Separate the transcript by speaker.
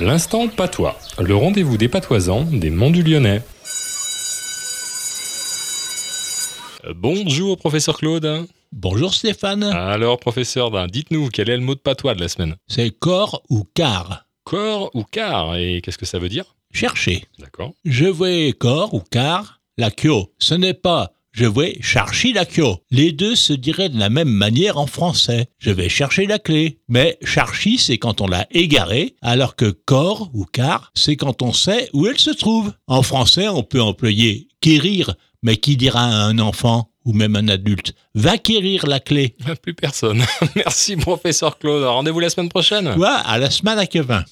Speaker 1: L'instant patois, le rendez-vous des patoisans des Monts du Lyonnais. Bonjour professeur Claude.
Speaker 2: Bonjour Stéphane,
Speaker 1: Alors professeur, ben, dites-nous quel est le mot de patois de la semaine
Speaker 2: c'est corps ou car
Speaker 1: Corps ou car Et qu'est-ce que ça veut dire
Speaker 2: Chercher.
Speaker 1: D'accord.
Speaker 2: Je vais corps ou car la queue. Ce n'est pas je vais chercher la queue. Les deux se diraient de la même manière en français. Je vais chercher la clé. Mais chercher, c'est quand on l'a égarée, alors que corps ou car, c'est quand on sait où elle se trouve. En français, on peut employer quérir, mais qui dira à un enfant ou même un adulte, va quérir la clé.
Speaker 1: Plus personne. Merci professeur Claude. Rendez-vous la semaine prochaine.
Speaker 2: Toi, à la semaine à Kevin.